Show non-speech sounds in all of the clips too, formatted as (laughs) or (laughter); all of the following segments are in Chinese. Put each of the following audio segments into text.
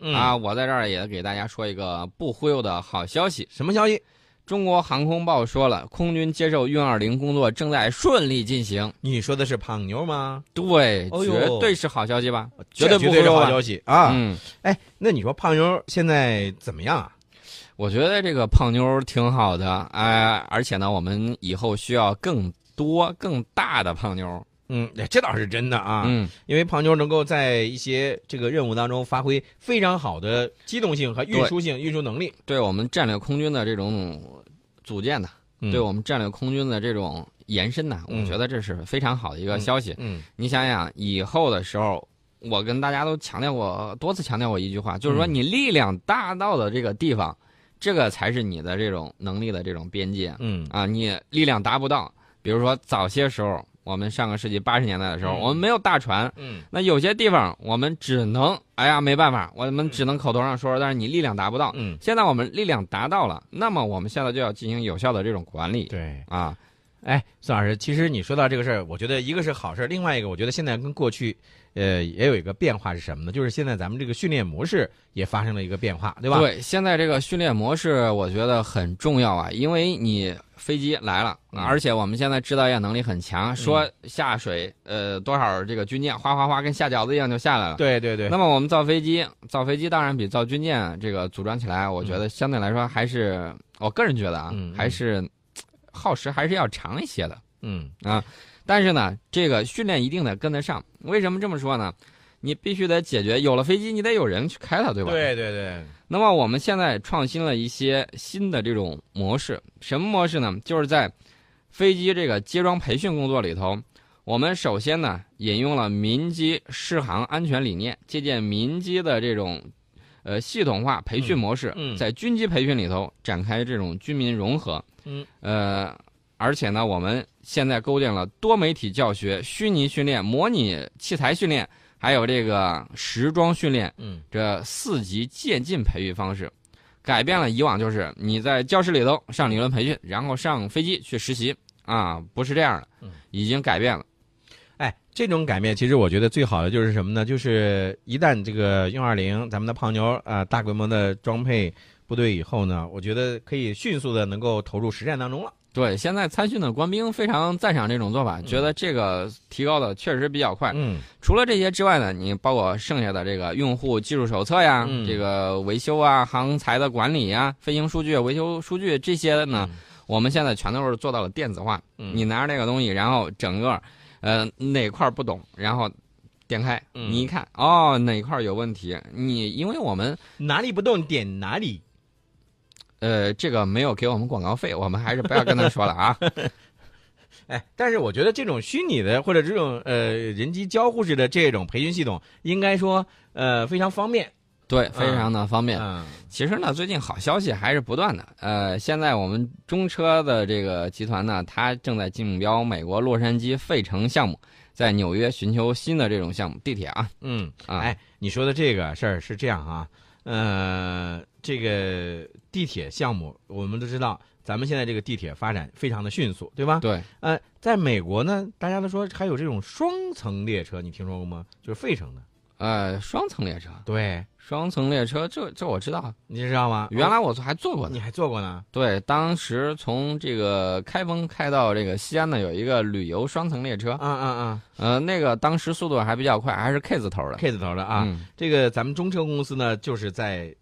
嗯啊，我在这儿也给大家说一个不忽悠的好消息。什么消息？中国航空报说了，空军接受运二零工作正在顺利进行，你说的是胖妞吗？对，哦呦绝对是好消息吧？这绝对绝不对忽是悠好吧消息啊！嗯，哎，那你说胖妞现在怎么样啊？我觉得这个胖妞儿挺好的，哎、而且呢，我们以后需要更多更大的胖妞儿。嗯，哎这倒是真的啊，嗯，因为胖妞能够在一些这个任务当中发挥非常好的机动性和运输性、运输能力。对我们战略空军的这种组建呢，嗯对我们战略空军的这种延伸呢，嗯我觉得这是非常好的一个嗯消息。嗯你想想，以后的时候，我跟大家都强调过，多次强调过一句话，就是说嗯你力量大到的这个地方，这个才是你的这种能力的这种边界嗯啊。你力量达不到，比如说早些时候，我们上个世纪八十年代的时候，嗯我们没有大船，嗯那有些地方我们只能，哎呀，没办法，我们只能口头上说，但是你力量达不到。嗯，现在我们力量达到了，那么我们现在就要进行有效的这种管理对。啊。哎，孙老师，其实你说到这个事儿，我觉得一个是好事儿，另外一个我觉得现在跟过去，呃，也有一个变化是什么呢？就是现在咱们这个训练模式也发生了一个变化，对吧？对，现在这个训练模式我觉得很重要啊，因为你飞机来了，嗯而且我们现在制造业能力很强，说下水呃多少这个军舰哗哗哗跟下饺子一样就下来了。对对对那么我们造飞机，造飞机当然比造军舰这个组装起来，我觉得相对来说还是，我个人觉得啊，嗯嗯还是嘖耗时还是要长一些的。嗯但是呢，这个训练一定得跟得上。为什么这么说呢？你必须得解决，有了飞机，你得有人去开它，对吧？对对对，那么我们现在创新了一些新的这种模式，什么模式呢？就是在飞机这个接装培训工作里头，我们首先呢引用了民机适航安全理念，借鉴民机的这种呃系统化培训模式，嗯嗯在军机培训里头展开这种军民融合。嗯，呃，而且呢，我们现在构建了多媒体教学、虚拟训练、模拟器材训练，还有这个时装训练。嗯这四级渐进培育方式，改变了以往就是你在教室里头上理论培训，然后上飞机去实习啊，不是这样的嗯，已经改变了。哎，这种改变其实我觉得最好的就是什么呢？就是一旦这个运二零咱们的胖妞啊、呃大规模的装配部队以后呢，我觉得可以迅速的能够投入实战当中了。对，现在参训的官兵非常赞赏这种做法，觉得这个提高的确实比较快。嗯除了这些之外呢，你包括剩下的这个用户技术手册呀、嗯这个维修啊、航材的管理呀、飞行数据、维修数据这些呢，嗯我们现在全都是做到了电子化。嗯你拿着那个东西，然后整个，呃，哪块儿不懂，然后点开，嗯你一看，哦，哪块儿有问题？你因为我们哪里不动点哪里。呃，这个没有给我们广告费，我们还是不要跟他说了 (laughs) 啊。哎，但是我觉得这种虚拟的或者这种呃人机交互式的这种培训系统，应该说呃非常方便。对，非常的方便。嗯其实呢，最近好消息还是不断的。呃，现在我们中车的这个集团呢，它正在竞标美国洛杉矶费城项目，在纽约寻求新的这种项目，地铁啊嗯，啊，哎，你说的这个事儿是这样啊，呃，这个地铁项目我们都知道，咱们现在这个地铁发展非常的迅速，对吧？对，呃，在美国呢，大家都说还有这种双层列车，你听说过吗？就是费城的。呃，双层列车，对，双层列车，这这我知道，你知道吗？原来我还坐过呢。你还坐过呢？对，当时从这个开封开到这个西安呢，有一个旅游双层列车啊，啊啊呃，那个当时速度还比较快，还是 K 字头的，K 字头的啊。嗯这个咱们中车公司呢，就是在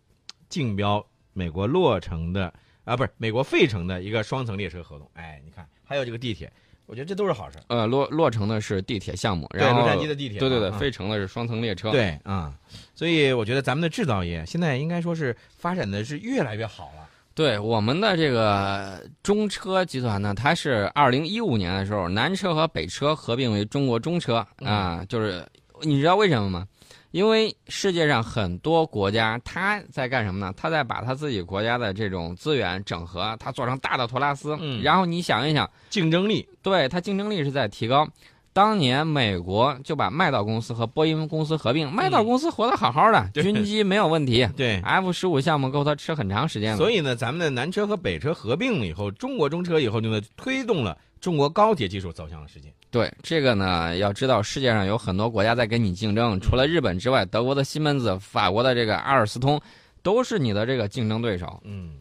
竞标美国洛城的啊，不是美国费城的一个双层列车合同。哎，你看，还有这个地铁，我觉得这都是好事儿。呃，洛洛城的是地铁项目，对然后洛杉矶的地铁对对对，啊费城的是双层列车。，对啊、所以我觉得咱们的制造业现在应该说是发展的是越来越好了。对我们的这个中车集团呢，它是二零一五年的时候，南车和北车合并为中国中车嗯啊，就是你知道为什么吗？因为世界上很多国家，它在干什么呢？它在把它自己国家的这种资源整合，它做成大的托拉斯。嗯然后你想一想，竞争力，对它竞争力是在提高。当年美国就把麦道公司和波音公司合并，麦道公司活得好好的，嗯对军机没有问题。对， F 十五项目够他吃很长时间了。所以呢，咱们的南车和北车合并了以后，中国中车以后就呢推动了中国高铁技术走向了世界。对这个呢，要知道世界上有很多国家在跟你竞争，除了日本之外，德国的西门子、法国的这个阿尔斯通，都是你的这个竞争对手。嗯，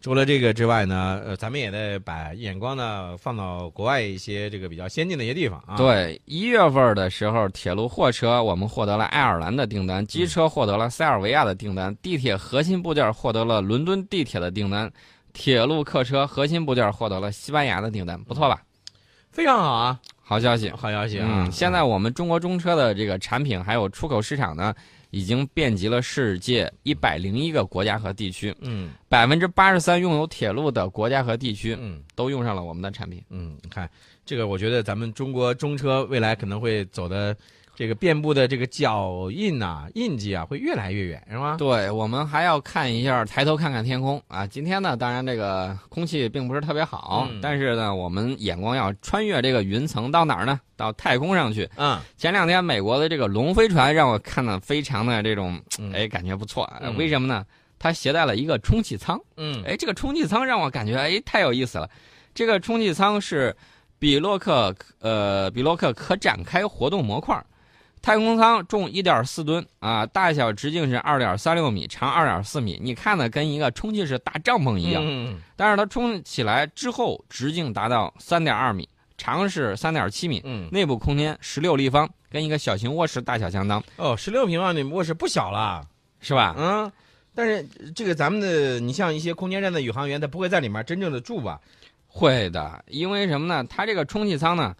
除了这个之外呢，呃，咱们也得把眼光呢放到国外一些这个比较先进的一些地方啊。，对，一月份的时候，铁路货车我们获得了爱尔兰的订单，机车获得了塞尔维亚的订单，地铁核心部件获得了伦敦地铁的订单，铁路客车核心部件获得了西班牙的订单，不错吧？非常好啊，好消息。好消息啊！嗯，现在我们中国中车的这个产品还有出口市场呢，已经遍及了世界一百零一个国家和地区，嗯百分之八十三拥有铁路的国家和地区嗯都用上了我们的产品。嗯，你看这个，我觉得咱们中国中车未来可能会走的这个遍布的这个脚印呐、印记啊，会越来越远，是吗？对，我们还要看一下，抬头看看天空啊！今天呢，当然这个空气并不是特别好，嗯但是呢，我们眼光要穿越这个云层到哪儿呢？到太空上去。嗯前两天美国的这个龙飞船让我看的非常的这种，嗯哎，感觉不错。呃嗯为什么呢？它携带了一个充气舱，嗯哎，这个充气舱让我感觉哎太有意思了。这个充气舱是比洛克呃比洛克可展开活动模块儿，太空舱重一点四吨啊，大小直径是二点三六米，长二点四米。你看的跟一个充气式大帐篷一样，嗯但是它充起来之后直径达到三点二米，长是三点七米，嗯内部空间十六立方，跟一个小型卧室大小相当，哦，十六平方米卧室不小了，是吧？嗯。但是这个咱们的，你像一些空间站的宇航员，他不会在里面真正的住吧？会的，因为什么呢？它这个充气舱呢，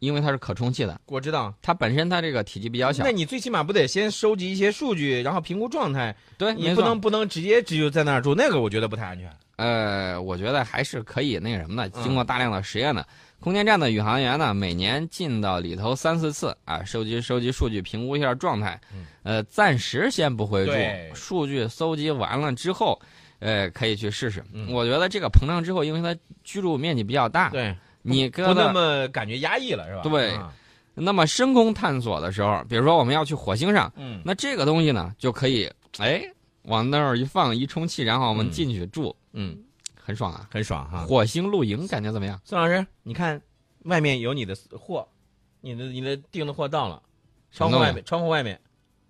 因为它是可充气的。我知道，它本身它这个体积比较小那，你最起码不得先收集一些数据，然后评估状态。对，你哎没不错。能不能直接只有在那儿住，那个我觉得不太安全。呃，我觉得还是可以那个什么的，嗯经过大量的实验的，空间站的宇航员呢，每年进到里头三四次啊，收集收集数据，评估一下状态嗯。呃，暂时先不回对住，数据搜集完了之后，呃，可以去试试。嗯我觉得这个膨胀之后，因为它居住面积比较大，对，啊你不搁那到么感觉压抑了是吧？对啊那么深空探索的时候，比如说我们要去火星上，嗯那这个东西呢，就可以哎往那儿一放，一充气，然后我们嗯进去住，嗯，很爽啊。很爽哈。火星露营感觉怎么样？孙老师，你看外面有你的货，你的你的订的货到了，窗户什么东西外面，窗户外面，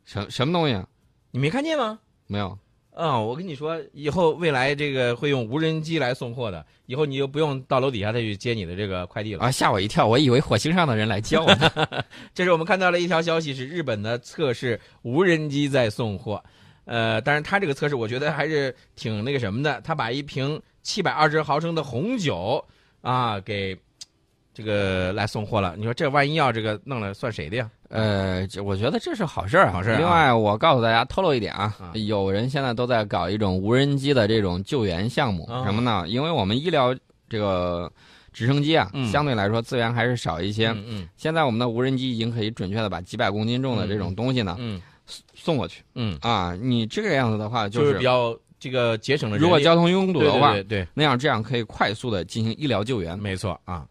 什什么东西啊？你没看见吗？没有，啊、我跟你说，以后未来这个会用无人机来送货的，以后你就不用到楼底下再去接你的这个快递了。啊，吓我一跳，我以为火星上的人来教我 (laughs) 呢。这是我们看到了一条消息，是日本的测试无人机在送货。呃，但是他这个测试，我觉得还是挺那个什么的。他把一瓶七百二十毫升的红酒啊，给这个来送货了。你说这万一要这个弄了，算谁的呀？呃，这我觉得这是好事儿啊，好事儿啊另外，我告诉大家，透露一点啊，啊有人现在都在搞一种无人机的这种救援项目，啊什么呢？因为我们医疗这个直升机啊，嗯相对来说资源还是少一些。嗯嗯现在我们的无人机已经可以准确的把几百公斤重的这种东西呢、嗯送过去嗯，啊。你这个样子的话，就就是比较这个节省了人力。如果交通拥堵对的话，对对对那样这样可以快速的进行医疗救援。没错啊。